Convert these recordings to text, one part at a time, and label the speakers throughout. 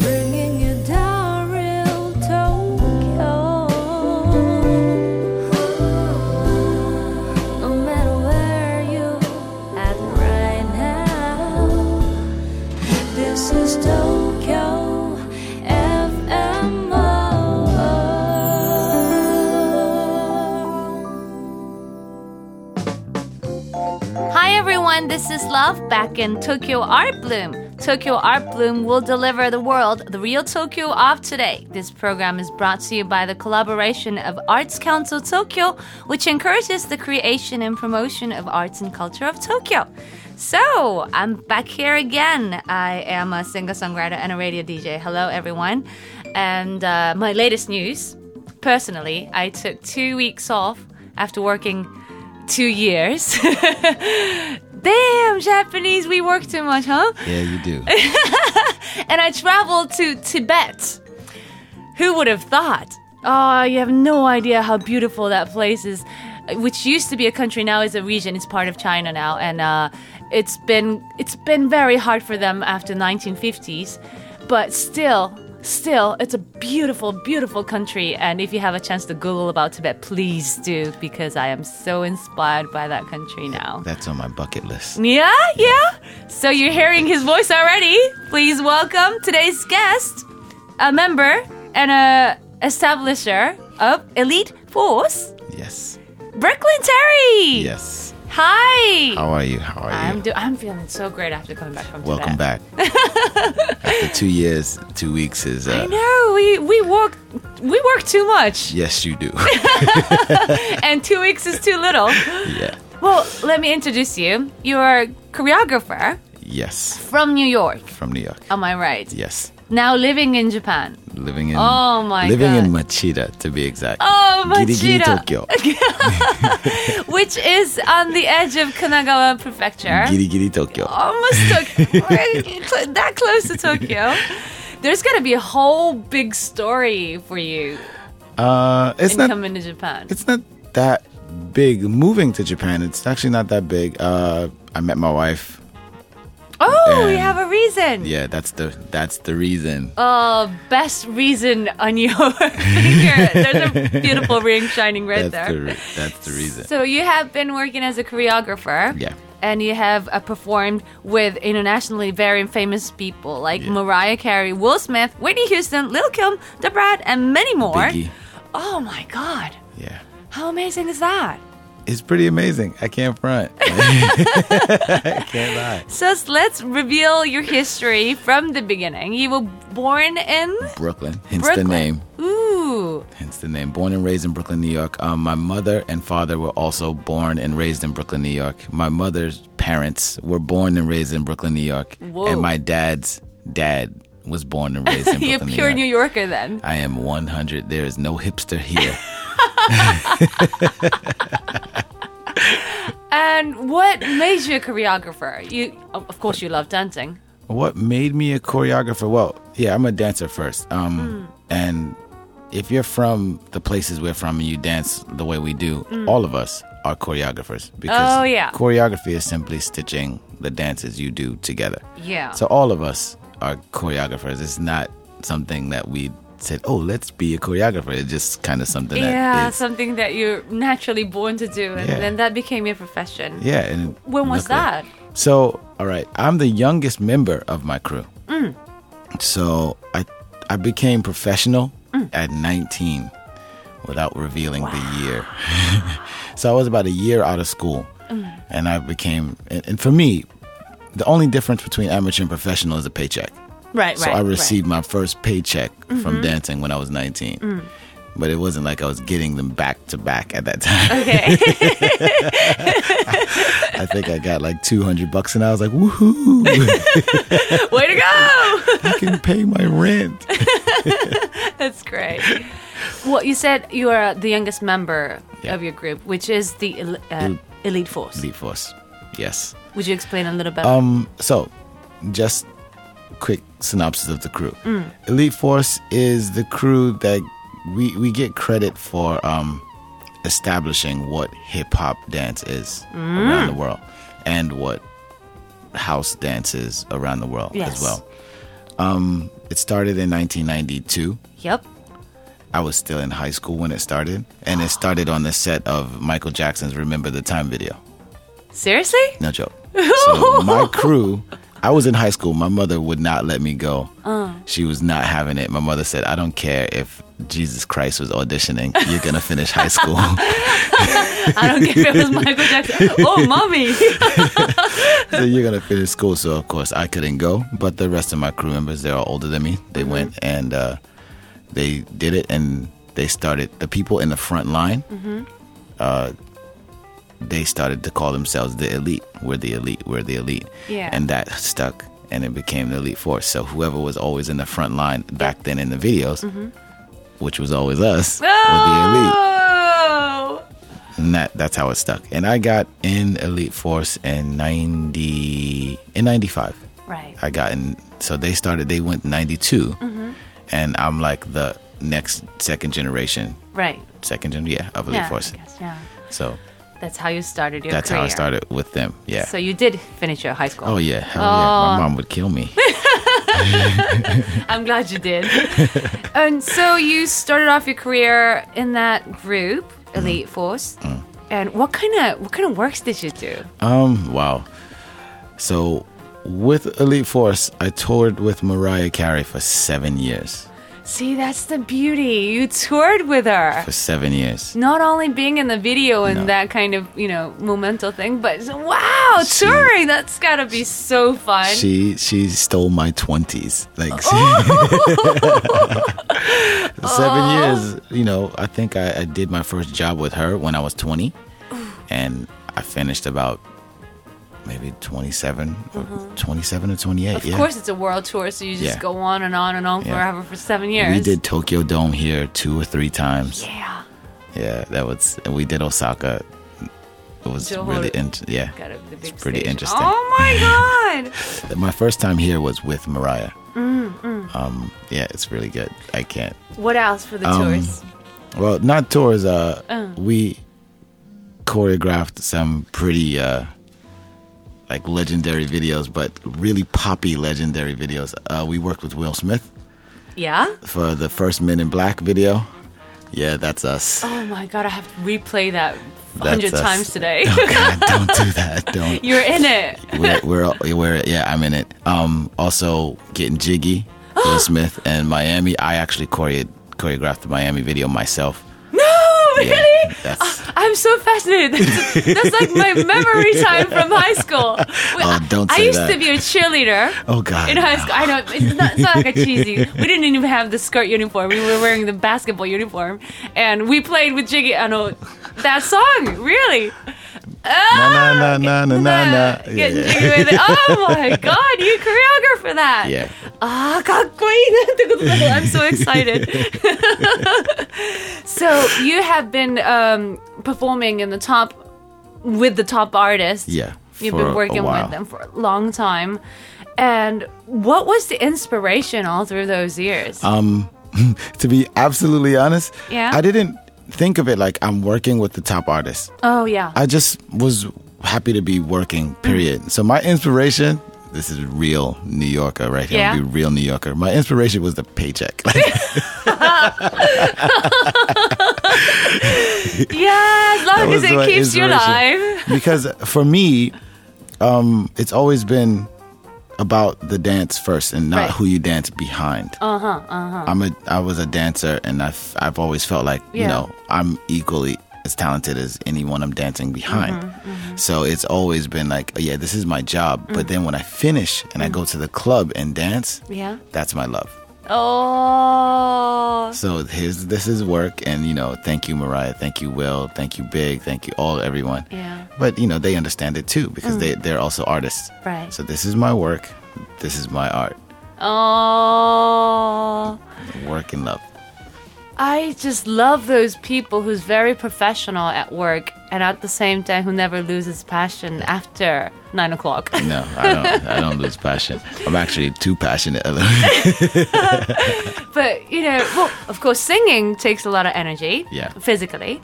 Speaker 1: Bringing you down, real Tokyo. No matter where you at right now, this is Tokyo FMO. Hi everyone, this is Love back in Tokyo Art Bloom. Tokyo Art Bloom will deliver the world the real Tokyo of today. This program is brought to you by the collaboration of Arts Council Tokyo, which encourages the creation and promotion of arts and culture of Tokyo. So, I'm back here again. I am a singer songwriter and a radio DJ. Hello, everyone. And uh, my latest news personally, I took two weeks off after working two years. Damn, Japanese, we work too much, huh?
Speaker 2: Yeah, you do.
Speaker 1: And I traveled to Tibet. Who would have thought? Oh, you have no idea how beautiful that place is, which used to be a country, now is a region. It's part of China now, and uh, it's been it's been very hard for them after 1950s, but still. Still, it's a beautiful, beautiful country. And if you have a chance to Google about Tibet, please do, because I am so inspired by that country now.
Speaker 2: That's on my bucket list.
Speaker 1: Yeah, yeah. So you're hearing his voice already. Please welcome today's guest, a member and a establisher of Elite Force,
Speaker 2: Yes.
Speaker 1: Brooklyn Terry.
Speaker 2: Yes.
Speaker 1: Hi.
Speaker 2: How are you? How are
Speaker 1: I'm
Speaker 2: you?
Speaker 1: do- I'm feeling so great after coming back from
Speaker 2: Welcome
Speaker 1: Tibet.
Speaker 2: back. After two years, two weeks is.
Speaker 1: I
Speaker 2: Uh,
Speaker 1: know we we work we work too much,
Speaker 2: yes, you do.
Speaker 1: and two weeks is too little.
Speaker 2: yeah.
Speaker 1: Well, let me introduce you. You are a choreographer
Speaker 2: Yes.
Speaker 1: from New York.
Speaker 2: From New York.
Speaker 1: Am I right?
Speaker 2: Yes.
Speaker 1: Now living in Japan.
Speaker 2: Living in.
Speaker 1: Oh my
Speaker 2: Living
Speaker 1: God.
Speaker 2: in Machida, to be exact.
Speaker 1: Oh,
Speaker 2: Girigiri,
Speaker 1: Machida.
Speaker 2: Tokyo.
Speaker 1: which is on the edge of Kanagawa Prefecture.
Speaker 2: Girigiri, Tokyo.
Speaker 1: Almost Tokyo. that close to Tokyo. There's got to be a whole big story for you
Speaker 2: Uh, it's
Speaker 1: in
Speaker 2: not.
Speaker 1: coming to Japan.
Speaker 2: It's not that big. Moving to Japan, it's actually not that big. Uh, I met my wife.
Speaker 1: Oh, we
Speaker 2: and-
Speaker 1: have a reason.
Speaker 2: Yeah, that's the that's the reason.
Speaker 1: Oh, best reason on your finger. There's a beautiful ring shining right
Speaker 2: that's
Speaker 1: there.
Speaker 2: the re- that's the reason.
Speaker 1: So you have been working as a choreographer.
Speaker 2: Yeah.
Speaker 1: And you have uh, performed with internationally very famous people like
Speaker 2: Yeah.
Speaker 1: Mariah Carey, Will Smith, Whitney Houston, Lil Kim, The Brad, and many more.
Speaker 2: Biggie.
Speaker 1: Oh my God.
Speaker 2: Yeah.
Speaker 1: How amazing is that?
Speaker 2: It's pretty amazing. I can't front. I can't lie.
Speaker 1: So s- let's reveal your history from the beginning. You were born in
Speaker 2: Brooklyn, hence
Speaker 1: Brooklyn.
Speaker 2: the name.
Speaker 1: Ooh.
Speaker 2: Hence the name. Born and raised in Brooklyn, New York. Um, my mother and father were also born and raised in Brooklyn, New York. My mother's parents were born and raised in Brooklyn, New York.
Speaker 1: Whoa.
Speaker 2: And my dad's dad was born and raised in Brooklyn,
Speaker 1: You're
Speaker 2: New
Speaker 1: pure
Speaker 2: York.
Speaker 1: New Yorker then.
Speaker 2: I am 100. There is no hipster here.
Speaker 1: And what made you a choreographer? You, of of course, you love dancing.
Speaker 2: What made me a choreographer? Well, yeah, I'm a dancer first.
Speaker 1: Hmm.
Speaker 2: Um, And if you're from the places we're from and you dance the way we do, all of us are choreographers because
Speaker 1: Hmm. Oh, yeah.
Speaker 2: choreography is simply stitching the dances you do together.
Speaker 1: Yeah.
Speaker 2: So all of us are choreographers. It's not something that we said, oh, let's be a choreographer. It's just kind of something
Speaker 1: yeah,
Speaker 2: that is.
Speaker 1: something that you're naturally born to do, and
Speaker 2: Yeah.
Speaker 1: then that became your profession.
Speaker 2: Yeah. And
Speaker 1: When was
Speaker 2: luckily-
Speaker 1: that?
Speaker 2: So, all right, I'm the youngest member of my crew.
Speaker 1: Mm.
Speaker 2: So I I became professional
Speaker 1: Mm.
Speaker 2: at 19 without revealing the year. so I was about a year out of school,
Speaker 1: Mm.
Speaker 2: and I became. And, and for me, the only difference between amateur and professional is a paycheck.
Speaker 1: Right, Mm-hmm.
Speaker 2: So I received my first paycheck from dancing when I was 19.
Speaker 1: Mm.
Speaker 2: But it wasn't like I was getting them back to back at that time.
Speaker 1: Okay.
Speaker 2: I think I got like 200 bucks and I was like, woohoo.
Speaker 1: Way to go!
Speaker 2: I can pay my rent.
Speaker 1: That's great. Well, you said you are the youngest member
Speaker 2: Yeah.
Speaker 1: of your group, which is the el- uh,
Speaker 2: El-
Speaker 1: elite force.
Speaker 2: Elite Force. Yes.
Speaker 1: Would you explain a little bit?
Speaker 2: Um, so, just quick synopsis of the crew. Elite Force is the crew that we we get credit for um, establishing what hip hop dance is around the world and what house dance is around the world
Speaker 1: Yes.
Speaker 2: as well. Um, it started in 1992.
Speaker 1: Yep.
Speaker 2: I was still in high school when it started, and it started on the set of Michael Jackson's "Remember the Time" video.
Speaker 1: Seriously?
Speaker 2: No joke. So my crew, I was in high school. My mother would not let me go. She was not having it. My mother said, "I don't care if Jesus Christ was auditioning. You're gonna finish high school."
Speaker 1: I don't care if it was Michael Jackson. Oh, mommy.
Speaker 2: so you're gonna finish school. So of course I couldn't go, but the rest of my crew members, they're all older than me. They went and uh, they did it, and they started. The people in the front line, uh, they started to call themselves the elite. We're the elite. We're the elite.
Speaker 1: Yeah.
Speaker 2: And that stuck, and it became the elite force. So whoever was always in the front line back then in the videos. Which was always us, were the elite
Speaker 1: Oh.
Speaker 2: and that that's how it stuck. And I got in Elite Force in ninety in ninety five.
Speaker 1: Right.
Speaker 2: I got in. So they started. They went 92
Speaker 1: Mm-hmm.
Speaker 2: and I'm like the next second generation,
Speaker 1: Right.
Speaker 2: second gen, yeah, of Elite
Speaker 1: Yeah,
Speaker 2: Force.
Speaker 1: I guess, yeah.
Speaker 2: So
Speaker 1: That's how you started your
Speaker 2: that's how I
Speaker 1: career.
Speaker 2: started with them. Yeah.
Speaker 1: So you did finish your high school.
Speaker 2: oh yeah, hell yeah. My mom would kill me.
Speaker 1: I'm glad you did. and so you started off your career in that group, Elite Force.
Speaker 2: Mm.
Speaker 1: And what kind of what kind of works did you do?
Speaker 2: Um, wow. So with Elite Force, I toured with Mariah Carey for seven years.
Speaker 1: See, that's the beauty. You toured with her.
Speaker 2: For seven years.
Speaker 1: Not only being in the video and
Speaker 2: No.
Speaker 1: that kind of, you know, momental thing, but it's- wow, touring, that's gotta be so fun.
Speaker 2: She she stole my twenties. Like
Speaker 1: Oh.
Speaker 2: seven years. You know, I think I, I did my first job with her when I was twenty, and I finished about maybe 27 or 27 or 28
Speaker 1: Mm-hmm. of
Speaker 2: yeah
Speaker 1: course, it's a world tour, so you just
Speaker 2: Yeah.
Speaker 1: go on and on and on
Speaker 2: Yeah.
Speaker 1: forever for seven years.
Speaker 2: we did tokyo dome here two or three times
Speaker 1: Yeah.
Speaker 2: yeah, that was and we did osaka it was
Speaker 1: Johor.
Speaker 2: really in, yeah
Speaker 1: Got it, the
Speaker 2: it's
Speaker 1: big
Speaker 2: pretty
Speaker 1: stage.
Speaker 2: interesting
Speaker 1: Oh my god.
Speaker 2: my first time here was with mariah
Speaker 1: Mm,
Speaker 2: um yeah it's really good i can't
Speaker 1: what else for the
Speaker 2: Um,
Speaker 1: tours?
Speaker 2: Well, not tours. Uh,
Speaker 1: Oh.
Speaker 2: We choreographed some pretty uh, like legendary videos, but really poppy legendary videos. Uh, we worked with Will Smith
Speaker 1: Yeah?
Speaker 2: for the first Men in Black video. Yeah, that's us.
Speaker 1: Oh my god, I have to replay that a
Speaker 2: That's
Speaker 1: hundred
Speaker 2: us.
Speaker 1: times today.
Speaker 2: Oh God, don't do that. Don't.
Speaker 1: You're in it.
Speaker 2: We're, we're all- we're yeah. I'm in it. Um, also getting jiggy. Will Smith and Miami. I actually choreo- choreographed the Miami video myself.
Speaker 1: No,
Speaker 2: Yeah,
Speaker 1: really? Ah.
Speaker 2: that's-
Speaker 1: I'm so fascinated. That's, that's like my memory time from high school. Well,
Speaker 2: Oh, don't
Speaker 1: I
Speaker 2: say
Speaker 1: used
Speaker 2: that.
Speaker 1: to be a cheerleader.
Speaker 2: Oh God.
Speaker 1: In high school, I know it's not, it's not like a cheesy. We didn't even have the skirt uniform. We were wearing the basketball uniform, and we played with Jiggy. I know that song really. Ah,
Speaker 2: Na na na na na na.
Speaker 1: Getting
Speaker 2: Yeah.
Speaker 1: jiggy with it. Oh my god, you choreographed for that.
Speaker 2: Yeah.
Speaker 1: ああ Ah, かっこいいなってことだ I'm so excited. so you have been um, performing in the top with the top artists.
Speaker 2: Yeah,
Speaker 1: You've
Speaker 2: for
Speaker 1: been
Speaker 2: a
Speaker 1: working with
Speaker 2: while.
Speaker 1: them for a long time. And what was the inspiration all through those years?
Speaker 2: Um, to be absolutely honest,
Speaker 1: Yeah?
Speaker 2: I didn't think of it like I'm working with the top artists.
Speaker 1: oh yeah.
Speaker 2: I just was happy to be
Speaker 1: Mm.
Speaker 2: working, period. So my inspiration, this is real New Yorker right here. I'm
Speaker 1: Yeah?
Speaker 2: gonna be real New Yorker. My inspiration was the paycheck.
Speaker 1: yeah, as long
Speaker 2: That
Speaker 1: as
Speaker 2: was
Speaker 1: it
Speaker 2: my
Speaker 1: keeps you
Speaker 2: inspiration.
Speaker 1: alive.
Speaker 2: because for me, um, it's always been about the dance first and not
Speaker 1: Right. Uh-huh,
Speaker 2: who you dance behind. Uh huh. Uh huh. I'm a I was a dancer and I've I've always felt like
Speaker 1: Yeah.
Speaker 2: you know I'm equally as talented as anyone I'm dancing behind.
Speaker 1: Mm-hmm,
Speaker 2: So it's always been like oh, yeah, this is my job.
Speaker 1: Mm.
Speaker 2: But then when I finish and I go to the club and dance,
Speaker 1: Yeah.
Speaker 2: that's my love.
Speaker 1: Oh.
Speaker 2: So here's this is work, and you know, thank you, Mariah, thank you, Will, thank you, Big, thank you, all everyone.
Speaker 1: Yeah. Mm.
Speaker 2: But you know, they understand it too because they they're also artists.
Speaker 1: Right.
Speaker 2: So this is my work, this is my art,
Speaker 1: Oh.
Speaker 2: work and love.
Speaker 1: I just love those people who's very professional at work and at the same time who never loses passion after nine o'clock.
Speaker 2: No, I don't. I don't lose passion. I'm actually too passionate. yeah,
Speaker 1: but you know, well, of course, singing takes a lot of energy,
Speaker 2: Yeah.
Speaker 1: physically.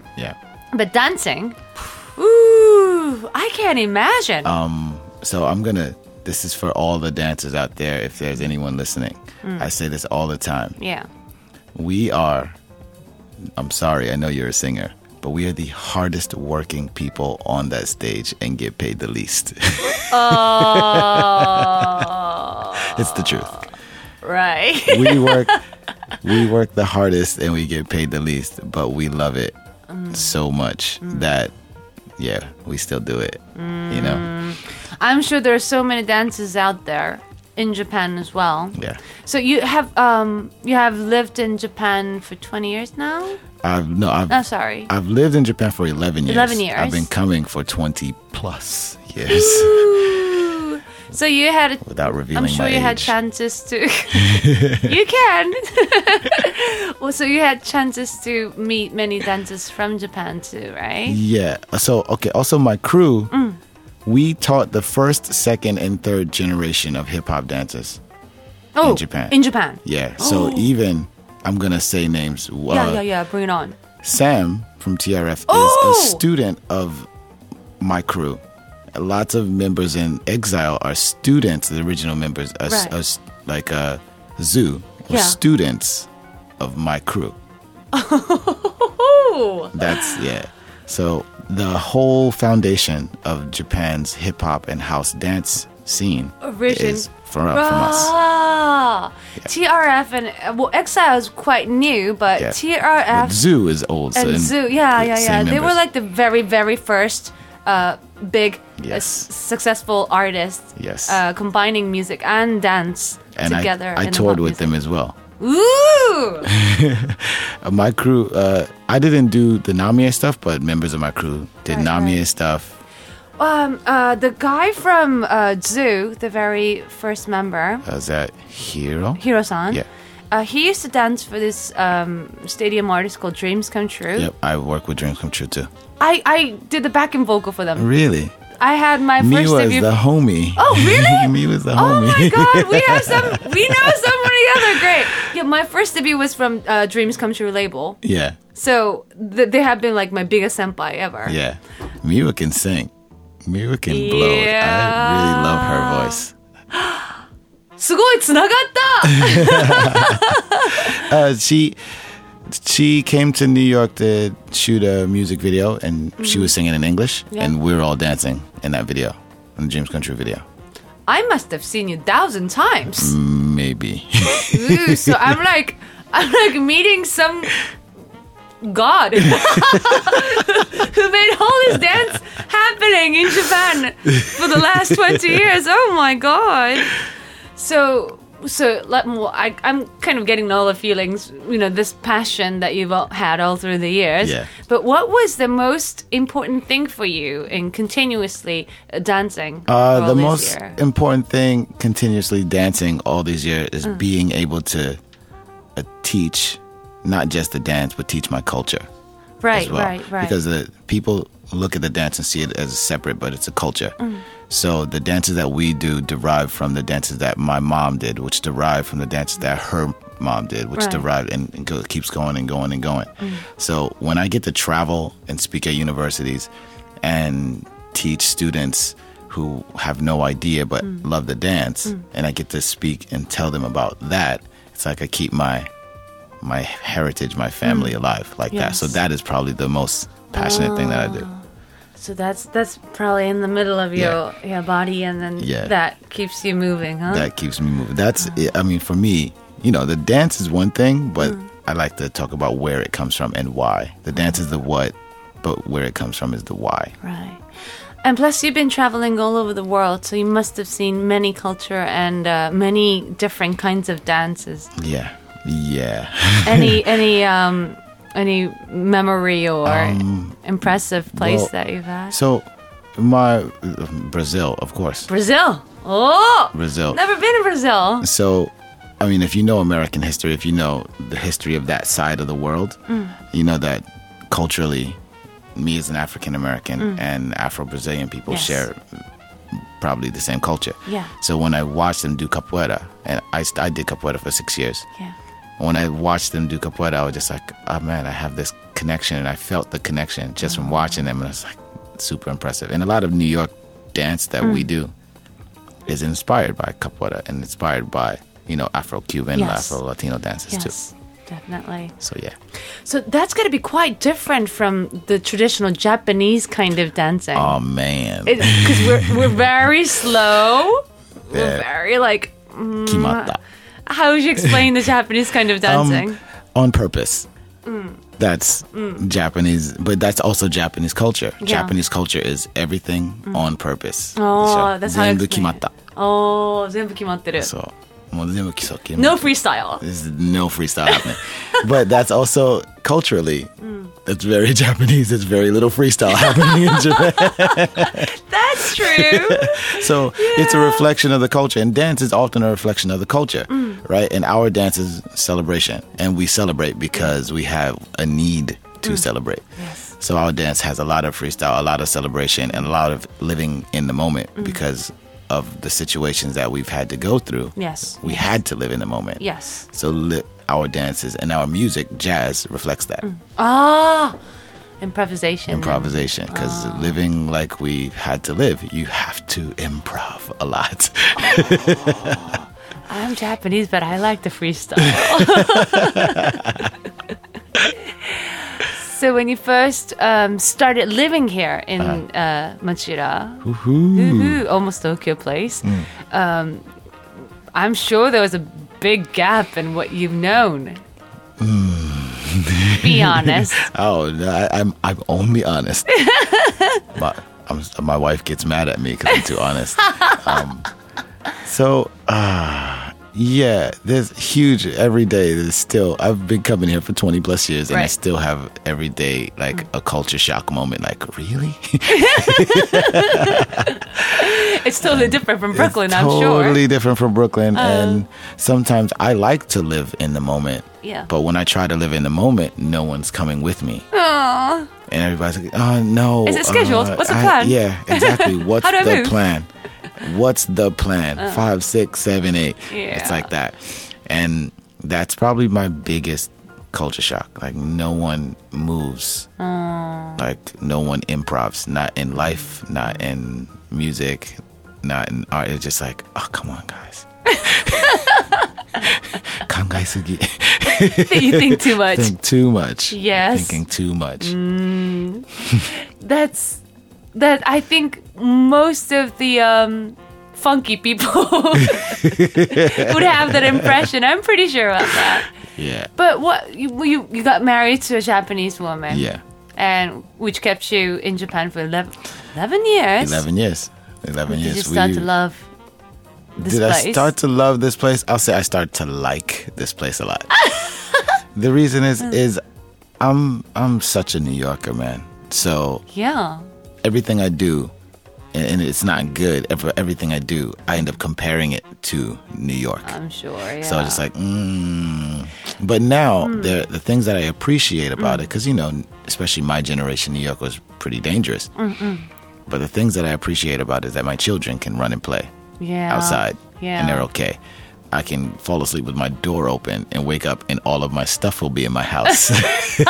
Speaker 1: But dancing, ooh, I can't imagine.
Speaker 2: so I'm gonna This is for all the dancers out there, if there's anyone listening.
Speaker 1: Mm.
Speaker 2: I say this all the time.
Speaker 1: Yeah.
Speaker 2: We are, I'm sorry, I know you're a singer, but we are the hardest working people on that stage and get paid the least. it's the truth.
Speaker 1: Right.
Speaker 2: We work we work the hardest and we get paid the least, but we love it
Speaker 1: Mm.
Speaker 2: so much that yeah, we still do it. You
Speaker 1: Mm.
Speaker 2: know?
Speaker 1: I'm sure there are so many dances out there in Japan as well.
Speaker 2: Yeah.
Speaker 1: So you have um you have lived in Japan for 20 years now?
Speaker 2: I've no I've
Speaker 1: Oh, sorry.
Speaker 2: I've lived in Japan for 11 years.
Speaker 1: 11 years.
Speaker 2: I've been coming for 20 plus years
Speaker 1: Ooh. so you had a
Speaker 2: without revealing
Speaker 1: I'm sure
Speaker 2: my
Speaker 1: you had
Speaker 2: age.
Speaker 1: chances to. you can. well, so you had chances to meet many dancers from Japan too, right?
Speaker 2: Yeah. So okay. Also, my crew,
Speaker 1: Mm.
Speaker 2: we taught the first, second, and third generation of hip hop dancers.
Speaker 1: Oh,
Speaker 2: Japan.
Speaker 1: In Japan.
Speaker 2: Yeah. So even I'm gonna say names. Uh,
Speaker 1: Oh. Yeah, yeah, yeah. Bring it on.
Speaker 2: Sam from TRF
Speaker 1: Oh!
Speaker 2: is a student of my crew. Lots of members in exile are students. The original members are, s-
Speaker 1: Right.
Speaker 2: are s- like uh, Zoo, were
Speaker 1: Yeah.
Speaker 2: students of my crew.
Speaker 1: Ooh.
Speaker 2: That's yeah. So the whole foundation of Japan's hip hop and house dance scene
Speaker 1: Origin
Speaker 2: is from, from us.
Speaker 1: Ah, TRF and uh, well, Exile is quite new, but
Speaker 2: Yeah. But
Speaker 1: TRF
Speaker 2: Zoo is old. so
Speaker 1: and
Speaker 2: in-
Speaker 1: Zoo, yeah,
Speaker 2: the
Speaker 1: yeah,
Speaker 2: same
Speaker 1: yeah. They were
Speaker 2: members.
Speaker 1: like the very, very first uh, big, uh, s-
Speaker 2: Yes.
Speaker 1: successful artists.
Speaker 2: Yes.
Speaker 1: uh, combining music and dance
Speaker 2: and I-
Speaker 1: together.
Speaker 2: I,
Speaker 1: in
Speaker 2: toured
Speaker 1: pop
Speaker 2: with them as well.
Speaker 1: music. Ooh,
Speaker 2: Uh, my crew, uh, I didn't do the Namie stuff, but members of my crew did
Speaker 1: Right,
Speaker 2: Namie stuff.
Speaker 1: um, uh, the guy from uh, Zoo, the very first member,
Speaker 2: Uh, Is that Hero?
Speaker 1: Hiro-san.
Speaker 2: Yeah.
Speaker 1: Uh, he used to dance for this um, stadium artist called Dreams Come True.
Speaker 2: Yep, I work with Dreams Come True too.
Speaker 1: I, I did the backing vocal for them.
Speaker 2: Really?
Speaker 1: I had my
Speaker 2: Me
Speaker 1: first
Speaker 2: was
Speaker 1: debut.
Speaker 2: the homie.
Speaker 1: Oh, really?
Speaker 2: Me was the
Speaker 1: Oh
Speaker 2: homie.
Speaker 1: my god, we have some, we know someone other. Great. Yeah, my first debut was from uh, Dreams Come True label.
Speaker 2: yeah,
Speaker 1: So th- they have been like my biggest senpai ever.
Speaker 2: yeah. Miwa can sing. Miwa can blow. it. I really love her voice.
Speaker 1: すごいつながった
Speaker 2: uh, she she came to New York to shoot a music video, and she was singing in English,
Speaker 1: Mm. Yeah.
Speaker 2: and we were all dancing in that video, in the Dreams Country video.
Speaker 1: I must have seen you thousand times.
Speaker 2: Maybe
Speaker 1: Ooh, so I'm like, I'm like meeting some god who made all this dance happening in Japan for the last 20 years. Oh my god. So, so let me, I, I'm kind of getting all the feelings, you know, this passion that you've all had all through the years.
Speaker 2: Yeah.
Speaker 1: But what was the most important thing for you in continuously uh, dancing? for
Speaker 2: uh,
Speaker 1: all
Speaker 2: the
Speaker 1: this
Speaker 2: most
Speaker 1: year?
Speaker 2: important thing continuously dancing all these years is
Speaker 1: Mm.
Speaker 2: being able to uh, teach not just the dance, but teach my culture.
Speaker 1: right,
Speaker 2: as well.
Speaker 1: right, right.
Speaker 2: Because the people look at the dance and see it as separate, but it's a culture.
Speaker 1: Mm.
Speaker 2: So the dances that we do derive from the dances that my mom did, which derived from the dances that her mom did, which
Speaker 1: Right. Mm.
Speaker 2: derived and, and go, keeps going and going and going. So when I get to travel and speak at universities and teach students who have no idea but
Speaker 1: Mm.
Speaker 2: love the dance, and I get to speak and tell them about that, it's like I keep my my heritage, my family alive like that. So
Speaker 1: Yes.
Speaker 2: that is probably the most passionate thing that I do.
Speaker 1: So that's that's probably in the middle of your
Speaker 2: Yeah.
Speaker 1: your body, and then
Speaker 2: Yeah.
Speaker 1: that keeps you moving, huh?
Speaker 2: That keeps me moving. That's it. I mean for me, you know, the dance is one thing, but I like to talk about where it comes from and why. The dance is the what, but where it comes from is the why.
Speaker 1: right. And plus, you've been traveling all over the world, so you must have seen many culture and uh, many different kinds of dances.
Speaker 2: Yeah. Yeah.
Speaker 1: Any any um any memory or impressive place
Speaker 2: Um, well,
Speaker 1: that you've had?
Speaker 2: So my Brazil, of course.
Speaker 1: Brazil. Oh,
Speaker 2: Brazil.
Speaker 1: Never been in Brazil.
Speaker 2: So, I mean, if you know American history, if you know the history of that side of the world,
Speaker 1: Mm.
Speaker 2: you know that culturally, me as an African American and Afro Brazilian people
Speaker 1: Mm. Yes.
Speaker 2: share probably the same culture.
Speaker 1: Yeah.
Speaker 2: So when I watched them do capoeira, and I, st- I did capoeira for six years.
Speaker 1: Yeah.
Speaker 2: When I watched them do capoeira, I was just like, oh man, I have this connection. And I felt the connection just
Speaker 1: Mm.
Speaker 2: from watching them. And it's like super impressive. And a lot of New York dance that we do, is inspired by capoeira and inspired by you know Afro-Cuban,
Speaker 1: Yes.
Speaker 2: Afro-Latino dances
Speaker 1: Yes,
Speaker 2: too.
Speaker 1: definitely.
Speaker 2: So yeah,
Speaker 1: So that's got to be quite different from the traditional Japanese kind of dancing.
Speaker 2: oh man,
Speaker 1: Because we're, we're very slow. We're
Speaker 2: Yeah.
Speaker 1: very like.
Speaker 2: kimata
Speaker 1: How would you explain the Japanese kind
Speaker 2: Um,
Speaker 1: of dancing? Mm.
Speaker 2: on purpose. That's Japanese, but that's also Japanese culture. Japanese culture is everything on purpose.
Speaker 1: Mm. oh, that's how you
Speaker 2: Zenbu
Speaker 1: explain it.
Speaker 2: kimata.
Speaker 1: Oh, 全部決まってる.
Speaker 2: So, もう全部基礎決まっ
Speaker 1: no freestyle.
Speaker 2: There's no freestyle happening. but that's also culturally, that's very Japanese. There's very little freestyle happening in Japan.
Speaker 1: That's true.
Speaker 2: So it's a reflection of the culture. And dance is often a reflection of the culture, right? And our dance is celebration. And we celebrate because we have a need to celebrate.
Speaker 1: Mm. Yes.
Speaker 2: So our dance has a lot of freestyle, a lot of celebration, and a lot of living in the moment
Speaker 1: Mm.
Speaker 2: because of the situations that we've had to go through.
Speaker 1: Yes.
Speaker 2: We had to live in the moment.
Speaker 1: yes.
Speaker 2: So li- our dances and our music, jazz, reflects that
Speaker 1: Ah, improvisation.
Speaker 2: improvisation. Because living like we had to live, you have to improv a lot.
Speaker 1: I'm Japanese, but I like the freestyle. so when you first um, started living here in uh, Machira, woohoo, almost Tokyo place, um, I'm sure there was a big gap in what you've known. Mm. Be honest.
Speaker 2: oh, no, I, I'm I'm only honest. my I'm, my wife gets mad at me because I'm too honest. Um, so. Uh, yeah, there's huge every day. There's still I've been coming here for 20 plus years, and I
Speaker 1: Right.
Speaker 2: still have every day like a culture shock moment. Like, really?
Speaker 1: It's totally different from Brooklyn, I'm
Speaker 2: totally
Speaker 1: sure. Uh-huh.
Speaker 2: different from Brooklyn. and sometimes I like to live in the moment.
Speaker 1: Yeah.
Speaker 2: But when I try to live in the moment, no one's coming with me. And everybody's like, oh, no.
Speaker 1: Is it scheduled?
Speaker 2: uh,
Speaker 1: What's the
Speaker 2: I-
Speaker 1: plan?"
Speaker 2: yeah, exactly. What's
Speaker 1: How do I
Speaker 2: the
Speaker 1: move?
Speaker 2: plan? What's the plan? Five, six, seven, eight. It's
Speaker 1: Uh. Yeah.
Speaker 2: like that. And that's probably my biggest culture shock. Like, no one moves.
Speaker 1: Uh.
Speaker 2: Like, no one improvs, not in life, not in music, not in art. It's just like, oh, come on, guys. 考えすぎ。
Speaker 1: you think too much.
Speaker 2: think too much.
Speaker 1: Yes. Mm.
Speaker 2: Thinking too much.
Speaker 1: that's that I think most of the um, funky people would have that impression. I'm pretty sure about that.
Speaker 2: Yeah.
Speaker 1: But what you well, you, you got married to a Japanese woman,
Speaker 2: Yeah.
Speaker 1: and which kept you in Japan for 11, 11 years.
Speaker 2: 11 years. 11
Speaker 1: Did
Speaker 2: years.
Speaker 1: you start
Speaker 2: We-
Speaker 1: to love this
Speaker 2: did
Speaker 1: place?
Speaker 2: I start to love this place? I'll say I start to like this place a lot. the reason is
Speaker 1: Hmm.
Speaker 2: is I'm I'm such a New Yorker, man. So
Speaker 1: yeah.
Speaker 2: everything I do and and it's not good. ev- Everything I do, I end up comparing it to New York.
Speaker 1: I'm sure. Yeah. Hmm.
Speaker 2: So I was just like, mm. but now the the things that I appreciate about it, because you know, especially my generation, New York was pretty dangerous. But the things that I appreciate about it is that my children can run and play
Speaker 1: yeah.
Speaker 2: outside,
Speaker 1: Yeah.
Speaker 2: and they're okay. I can fall asleep with my door open and wake up, and all of my stuff will be in my house.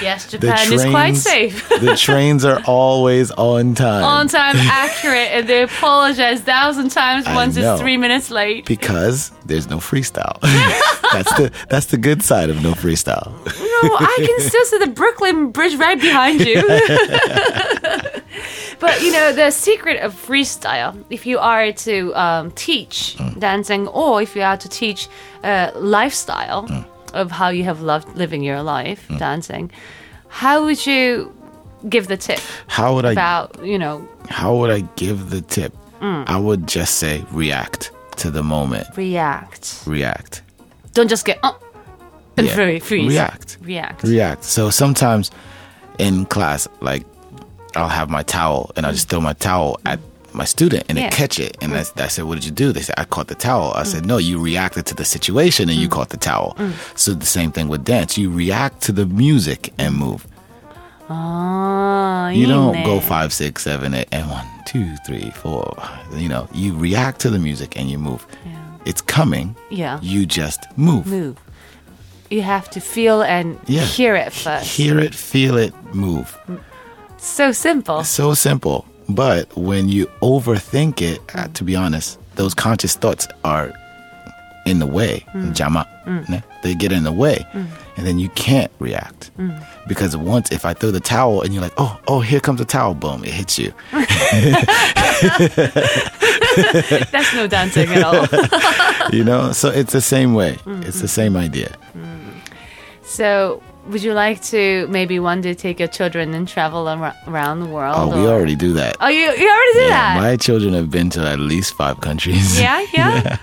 Speaker 1: yes, Japan is quite safe.
Speaker 2: the trains are always on time.
Speaker 1: On time, accurate, and they apologize thousand times
Speaker 2: I
Speaker 1: once
Speaker 2: know.
Speaker 1: it's three minutes late.
Speaker 2: because there's no freestyle. that's the that's the good side of no freestyle.
Speaker 1: No, Oh, I can still see the Brooklyn Bridge right behind you. but you know, the secret of freestyle, if you are to um, teach
Speaker 2: Mm.
Speaker 1: dancing or if you are to teach uh, lifestyle
Speaker 2: Mm.
Speaker 1: of how you have loved living your life dancing, how would you give the tip
Speaker 2: How would I
Speaker 1: about, Mm. you know,
Speaker 2: how would I give the tip? I would just say react to the moment.
Speaker 1: react?
Speaker 2: React.
Speaker 1: Don't just get uh, and
Speaker 2: Yeah.
Speaker 1: very freeze.
Speaker 2: React.
Speaker 1: React.
Speaker 2: React. So sometimes in class, like I'll have my towel and I just throw my towel at my student and
Speaker 1: Yeah.
Speaker 2: they catch it. And I, I said, What did you do? They said, I caught the towel. I said, No, you reacted to the situation and you caught the towel. So the same thing with dance. You react to the music and move.
Speaker 1: Ah,
Speaker 2: You don't
Speaker 1: 이네.
Speaker 2: go five, six, seven, eight, and one, two, three, four. You know, you react to the music and you move. It's coming.
Speaker 1: Yeah.
Speaker 2: You just move.
Speaker 1: move. You have to feel and
Speaker 2: Yeah.
Speaker 1: hear it first.
Speaker 2: Hear it, feel it, move.
Speaker 1: so simple.
Speaker 2: So simple. But when you overthink it, uh, to be honest, those conscious thoughts are in the way,
Speaker 1: Mm.
Speaker 2: jama. ne? They get in the way, and then you can't react
Speaker 1: Mm.
Speaker 2: because once if I throw the towel and you're like, oh, oh, here comes the towel, boom, it hits you.
Speaker 1: That's no dancing at all.
Speaker 2: you know, so it's the same way.
Speaker 1: Mm,
Speaker 2: It's the same idea.
Speaker 1: so, would you like to maybe one day take your children and travel ar- around the world?
Speaker 2: Oh, we
Speaker 1: or-
Speaker 2: already do that.
Speaker 1: Oh, you, you already did that?
Speaker 2: Yeah, my children have been to at least five countries.
Speaker 1: yeah, yeah,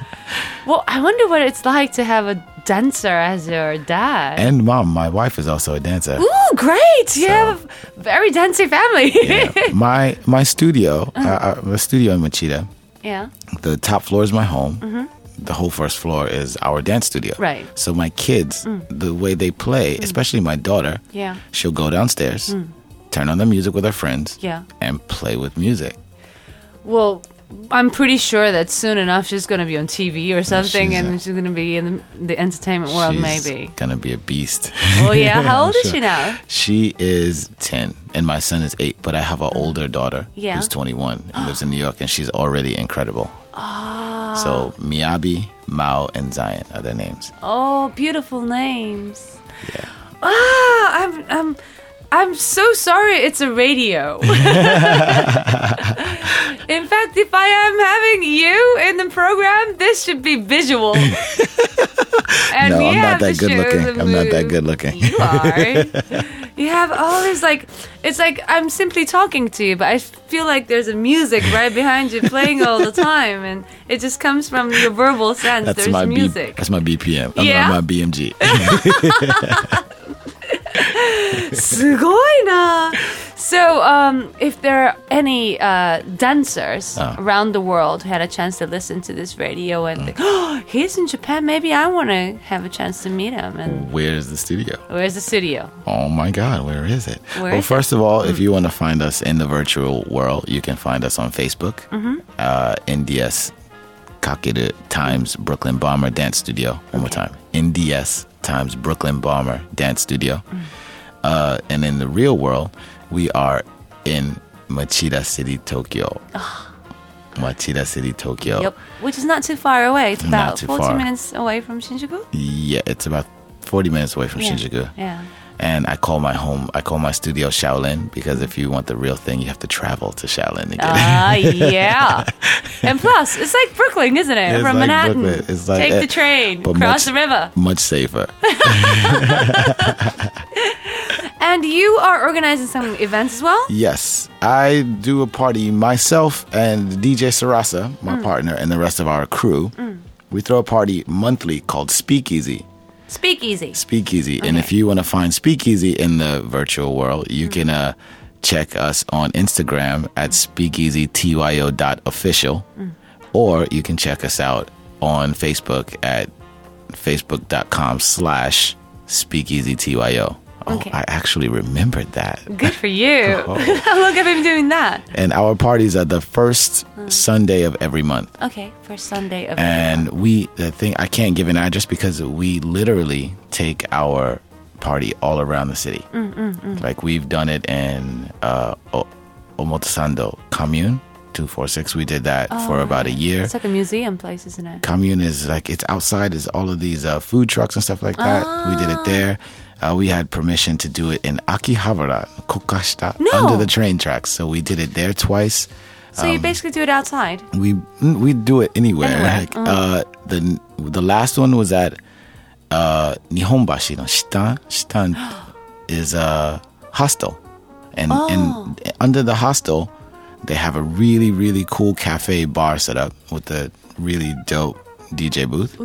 Speaker 1: Well, I wonder what it's like to have a dancer as your dad.
Speaker 2: And mom, my wife is also a dancer.
Speaker 1: Ooh, great! You have a very dancing family.
Speaker 2: Yeah. my my studio,
Speaker 1: Uh-huh.
Speaker 2: uh, uh, my studio in Machida,
Speaker 1: yeah.
Speaker 2: the top floor is my home. The whole first floor is our dance studio.
Speaker 1: Mm-hmm. Right. Mm.
Speaker 2: So my kids, the way they play, especially my daughter,
Speaker 1: Yeah. Mm.
Speaker 2: she'll go downstairs, turn on the music with her friends,
Speaker 1: Yeah.
Speaker 2: and play with music.
Speaker 1: Well, I'm pretty sure that soon enough she's going to be on TV or something,
Speaker 2: she's
Speaker 1: and
Speaker 2: a-
Speaker 1: she's going to be in the, the entertainment world,
Speaker 2: She's
Speaker 1: maybe.
Speaker 2: gonna be a beast.
Speaker 1: Oh yeah, how old is
Speaker 2: Sure.
Speaker 1: she now?
Speaker 2: She is 10 and my son is 8, but I have an older daughter
Speaker 1: Mm. Yeah.
Speaker 2: who's 21 and lives in New York and she's already incredible.
Speaker 1: Ah.
Speaker 2: So Miyabi, Mao, and Zion are their names.
Speaker 1: Oh, beautiful names. Ah, I'm I'm I'm so sorry it's a radio. in fact, if I am having you in the program, this should be visual. and
Speaker 2: No,
Speaker 1: we
Speaker 2: I'm
Speaker 1: have to
Speaker 2: not that good
Speaker 1: show
Speaker 2: looking.
Speaker 1: the
Speaker 2: I'm not that
Speaker 1: move.
Speaker 2: good looking.
Speaker 1: You are. you have all these like it's like I'm simply talking to you, but I feel like there's a music right behind you playing all the time, and it just comes from your verbal sense.
Speaker 2: That's
Speaker 1: there's
Speaker 2: my B,
Speaker 1: music.
Speaker 2: that's my BPM. I'm,
Speaker 1: Yeah?
Speaker 2: I'm my BMG.
Speaker 1: すごいな. So, um, if there are any uh, dancers
Speaker 2: Oh.
Speaker 1: around the world who had a chance to listen to this radio
Speaker 2: Mm.
Speaker 1: and think, oh, he's in Japan, maybe I want to have a chance to meet him. And
Speaker 2: Where's the studio?
Speaker 1: where's the studio?
Speaker 2: Oh my God, where is it?
Speaker 1: Where
Speaker 2: well,
Speaker 1: is it? Mm.
Speaker 2: first of all, if you want to find us in the virtual world, you can find us on Facebook,
Speaker 1: Mm-hmm.
Speaker 2: uh, NDS Kakeru times Brooklyn Bomber Dance Studio. One more time, NDS times Brooklyn Bomber Dance Studio.
Speaker 1: Mm.
Speaker 2: Uh, and in the real world, we are in Machida City, Tokyo.
Speaker 1: Ah.
Speaker 2: Machida City, Tokyo.
Speaker 1: Yep, which is not too far away. It's about
Speaker 2: Oh. Not too
Speaker 1: 40
Speaker 2: far.
Speaker 1: minutes away from Shinjuku.
Speaker 2: Yeah, it's about 40 minutes away from
Speaker 1: Yeah.
Speaker 2: Shinjuku.
Speaker 1: Yeah.
Speaker 2: And I call my home, I call my studio Shaolin because if you want the real thing, you have to travel to Shaolin to get it.
Speaker 1: Ah, yeah. And plus, it's like Brooklyn, isn't it?
Speaker 2: It's
Speaker 1: From
Speaker 2: like
Speaker 1: Manhattan.
Speaker 2: Brooklyn. It's like
Speaker 1: Take
Speaker 2: it,
Speaker 1: the train,
Speaker 2: but
Speaker 1: cross
Speaker 2: much-
Speaker 1: the river.
Speaker 2: Much safer.
Speaker 1: And you are organizing some events as well?
Speaker 2: yes, I do a party myself and DJ Sarasa, my
Speaker 1: Mm.
Speaker 2: partner, and the rest of our crew. We throw a party monthly called Speakeasy.
Speaker 1: Speakeasy.
Speaker 2: Speakeasy. And if you want to find Speakeasy in the virtual world, you can uh, check us on Instagram at speakeasytyo.official, or you can check us out on Facebook at facebook.com slash speakeasytyo. Oh,
Speaker 1: Okay.
Speaker 2: I actually remembered that.
Speaker 1: Good for you.
Speaker 2: Oh.
Speaker 1: Look at him doing that.
Speaker 2: And our parties are the first Sunday of every month.
Speaker 1: Okay, first Sunday of
Speaker 2: And we, the thing, I can't give an address because we literally take our party all around the city. Like we've done it in uh, o- Omotesando Commune 246. We did that for about a year.
Speaker 1: It's like a museum place, isn't it?
Speaker 2: Commune is like, it's outside, is all of these uh, food trucks and stuff like that. We did it there. Uh, we had permission to do it in Akihabara, Kokashita,
Speaker 1: No.
Speaker 2: under the train tracks. So we did it there twice
Speaker 1: So
Speaker 2: Um,
Speaker 1: you basically do it outside.
Speaker 2: we mm, we do it anywhere.
Speaker 1: Anywhere,
Speaker 2: Like, uh, the the last one was at uh, Nihonbashi no Shitan. Shitan is a hostel, and and under the hostel, they have a really really cool cafe bar set up with a really dope DJ booth.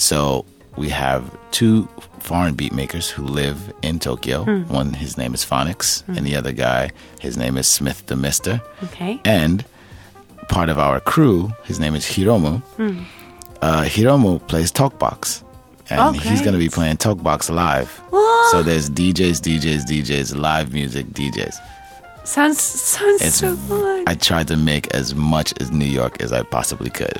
Speaker 2: So we have two foreign beat makers who live in Tokyo. One, his name is Phonics, and the other guy, his name is Smith the Mister
Speaker 1: Okay.
Speaker 2: and part of our crew, his name is Hiromu. Uh, Hiromu plays Talkbox, and
Speaker 1: Oh,
Speaker 2: he's going to be
Speaker 1: great.
Speaker 2: playing Talkbox live.
Speaker 1: Whoa.
Speaker 2: So there's DJs, DJs, DJs, live music, DJs.
Speaker 1: Sounds sounds
Speaker 2: It's
Speaker 1: so fun.
Speaker 2: I tried to make as much as New York as I possibly could.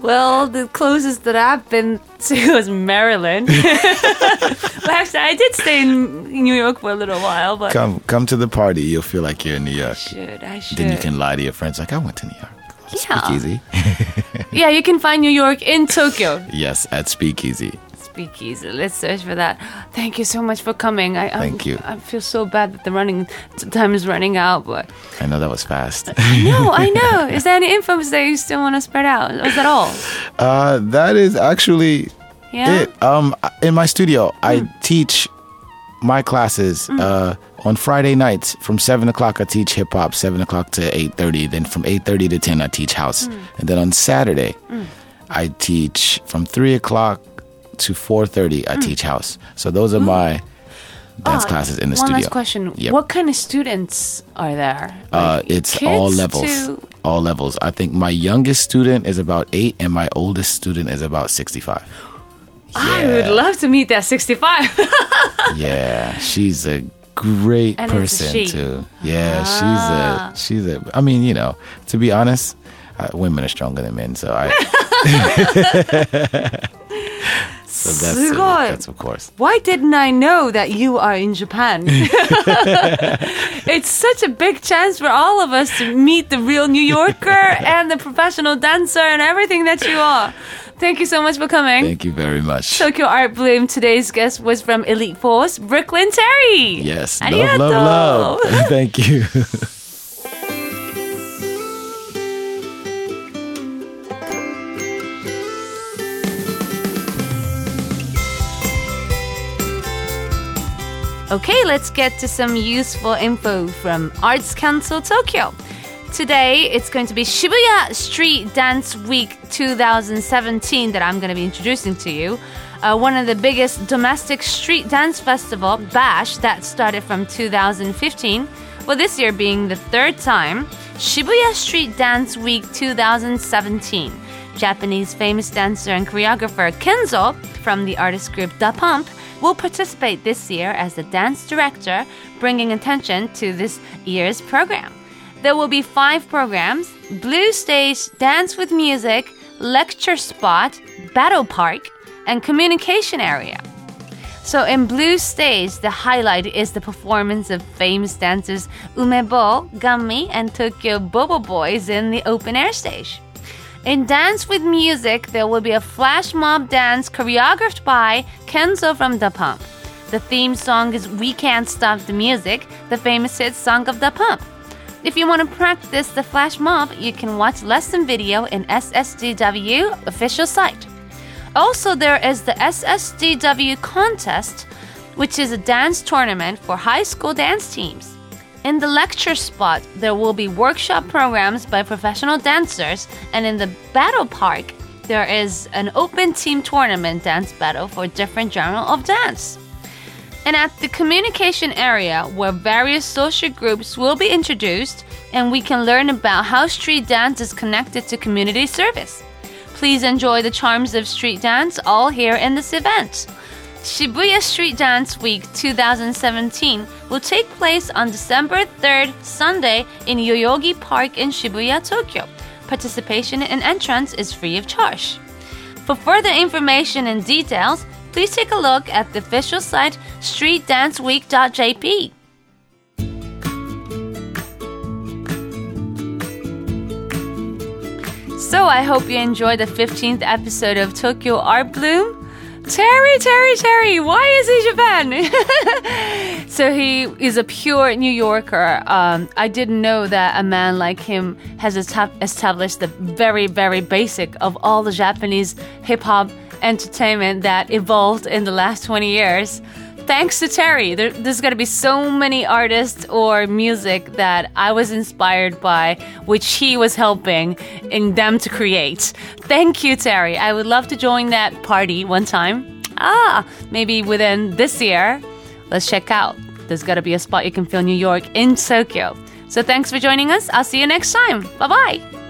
Speaker 1: well, Well, the closest that I've been to was Maryland. well, actually, I did stay in New York for a little while, but
Speaker 2: Come come to the party, you'll feel like you're in New York.
Speaker 1: should I should.
Speaker 2: Then you can lie to your friends like I went to New York.
Speaker 1: Yeah.
Speaker 2: Speakeasy.
Speaker 1: yeah, you can find New York in Tokyo.
Speaker 2: yes, at Speakeasy.
Speaker 1: Speakeasy. Let's search for that. Thank you so much for coming. I, I'm-
Speaker 2: Thank you.
Speaker 1: I feel so bad that the running t- time is running out, but
Speaker 2: I know that was fast.
Speaker 1: no, I know. Is there any info that you still want to spread out? Was that all?
Speaker 2: uh, that is actually
Speaker 1: Yeah. Hmm.
Speaker 2: it. Um, in my studio, I teach my classes uh, on Friday nights from seven o'clock. I teach hip hop seven o'clock to eight thirty. Then from eight thirty to ten, I teach house.
Speaker 1: Hmm.
Speaker 2: And then on Saturday, I teach from three o'clock to four thirty.
Speaker 1: Hmm.
Speaker 2: I teach house. So those are my dance
Speaker 1: Oh,
Speaker 2: classes in the
Speaker 1: Hmm. One
Speaker 2: studio.
Speaker 1: last question.
Speaker 2: Yep.
Speaker 1: What kind of students are there?
Speaker 2: Uh,
Speaker 1: Like,
Speaker 2: it's
Speaker 1: kids
Speaker 2: all levels.
Speaker 1: to-
Speaker 2: All levels. I think my youngest student is about eight, and my oldest student is about sixty-five.
Speaker 1: I would love to meet that 65.
Speaker 2: yeah, she's a great
Speaker 1: And it's a
Speaker 2: person
Speaker 1: she. Ah.
Speaker 2: too. Yeah, she's a she's a. I mean, you know, to be honest, uh, women are stronger than men, so I. so that's uh,
Speaker 1: Sugoi.
Speaker 2: that's of course.
Speaker 1: Why didn't I know that you are in Japan? it's such a big chance for all of us to meet the real New Yorker and the professional dancer and everything that you are. Thank you so much for coming.
Speaker 2: Thank you very much.
Speaker 1: Tokyo Art Bloom. Today's guest was from Elite Force, Brooklyn Terry.
Speaker 2: yes,
Speaker 1: Arigato.
Speaker 2: love, love, love. Thank you.
Speaker 1: Okay, let's get to some useful info from Arts Council Tokyo. Today, it's going to be Shibuya Street Dance Week 2017 that I'm going to be introducing to you. Uh, one of the biggest domestic street dance festival, BASH, that started from 2015. Well, this year being the third time, Shibuya Street Dance Week 2017. Japanese famous dancer and choreographer Kenzo from the artist group Da Pump will participate this year as the dance director, bringing attention to this year's program. There will be five programs Blue Stage, Dance with Music, Lecture Spot, Battle Park, and Communication Area. So in Blue Stage, the highlight is the performance of famous dancers Umebo, Gummy, and Tokyo Bobo Boys in the open air stage. In Dance with Music, there will be a flash mob dance choreographed by Kenzo from Da Pump. The theme song is We Can't Stop the Music, the famous hit song of Da Pump. If you want to practice the flash mob, you can watch lesson video in SSDW official site. Also, there is the SSDW contest, which is a dance tournament for high school dance teams. In the lecture spot, there will be workshop programs by professional dancers, and in the battle park, there is an open team tournament dance battle for different genre of dance. And at the communication area, where various social groups will be introduced, and we can learn about how street dance is connected to community service. Please enjoy the charms of street dance all here in this event. Shibuya Street Dance Week 2017 will take place on December 3rd, Sunday, in Yoyogi Park in Shibuya, Tokyo. Participation and entrance is free of charge. For further information and details, please take a look at the official site streetdanceweek.jp. So I hope you enjoyed the 15th episode of Tokyo Art Bloom. Terry, Terry, Terry, why is he Japan? so he is a pure New Yorker. Um, I didn't know that a man like him has estab- established the very, very basic of all the Japanese hip hop entertainment that evolved in the last 20 years. Thanks to Terry, there, there's going to be so many artists or music that I was inspired by, which he was helping in them to create. Thank you, Terry. I would love to join that party one time. Ah, maybe within this year. Let's check out. There's got to be a spot you can feel New York in Tokyo. So thanks for joining us. I'll see you next time. Bye bye.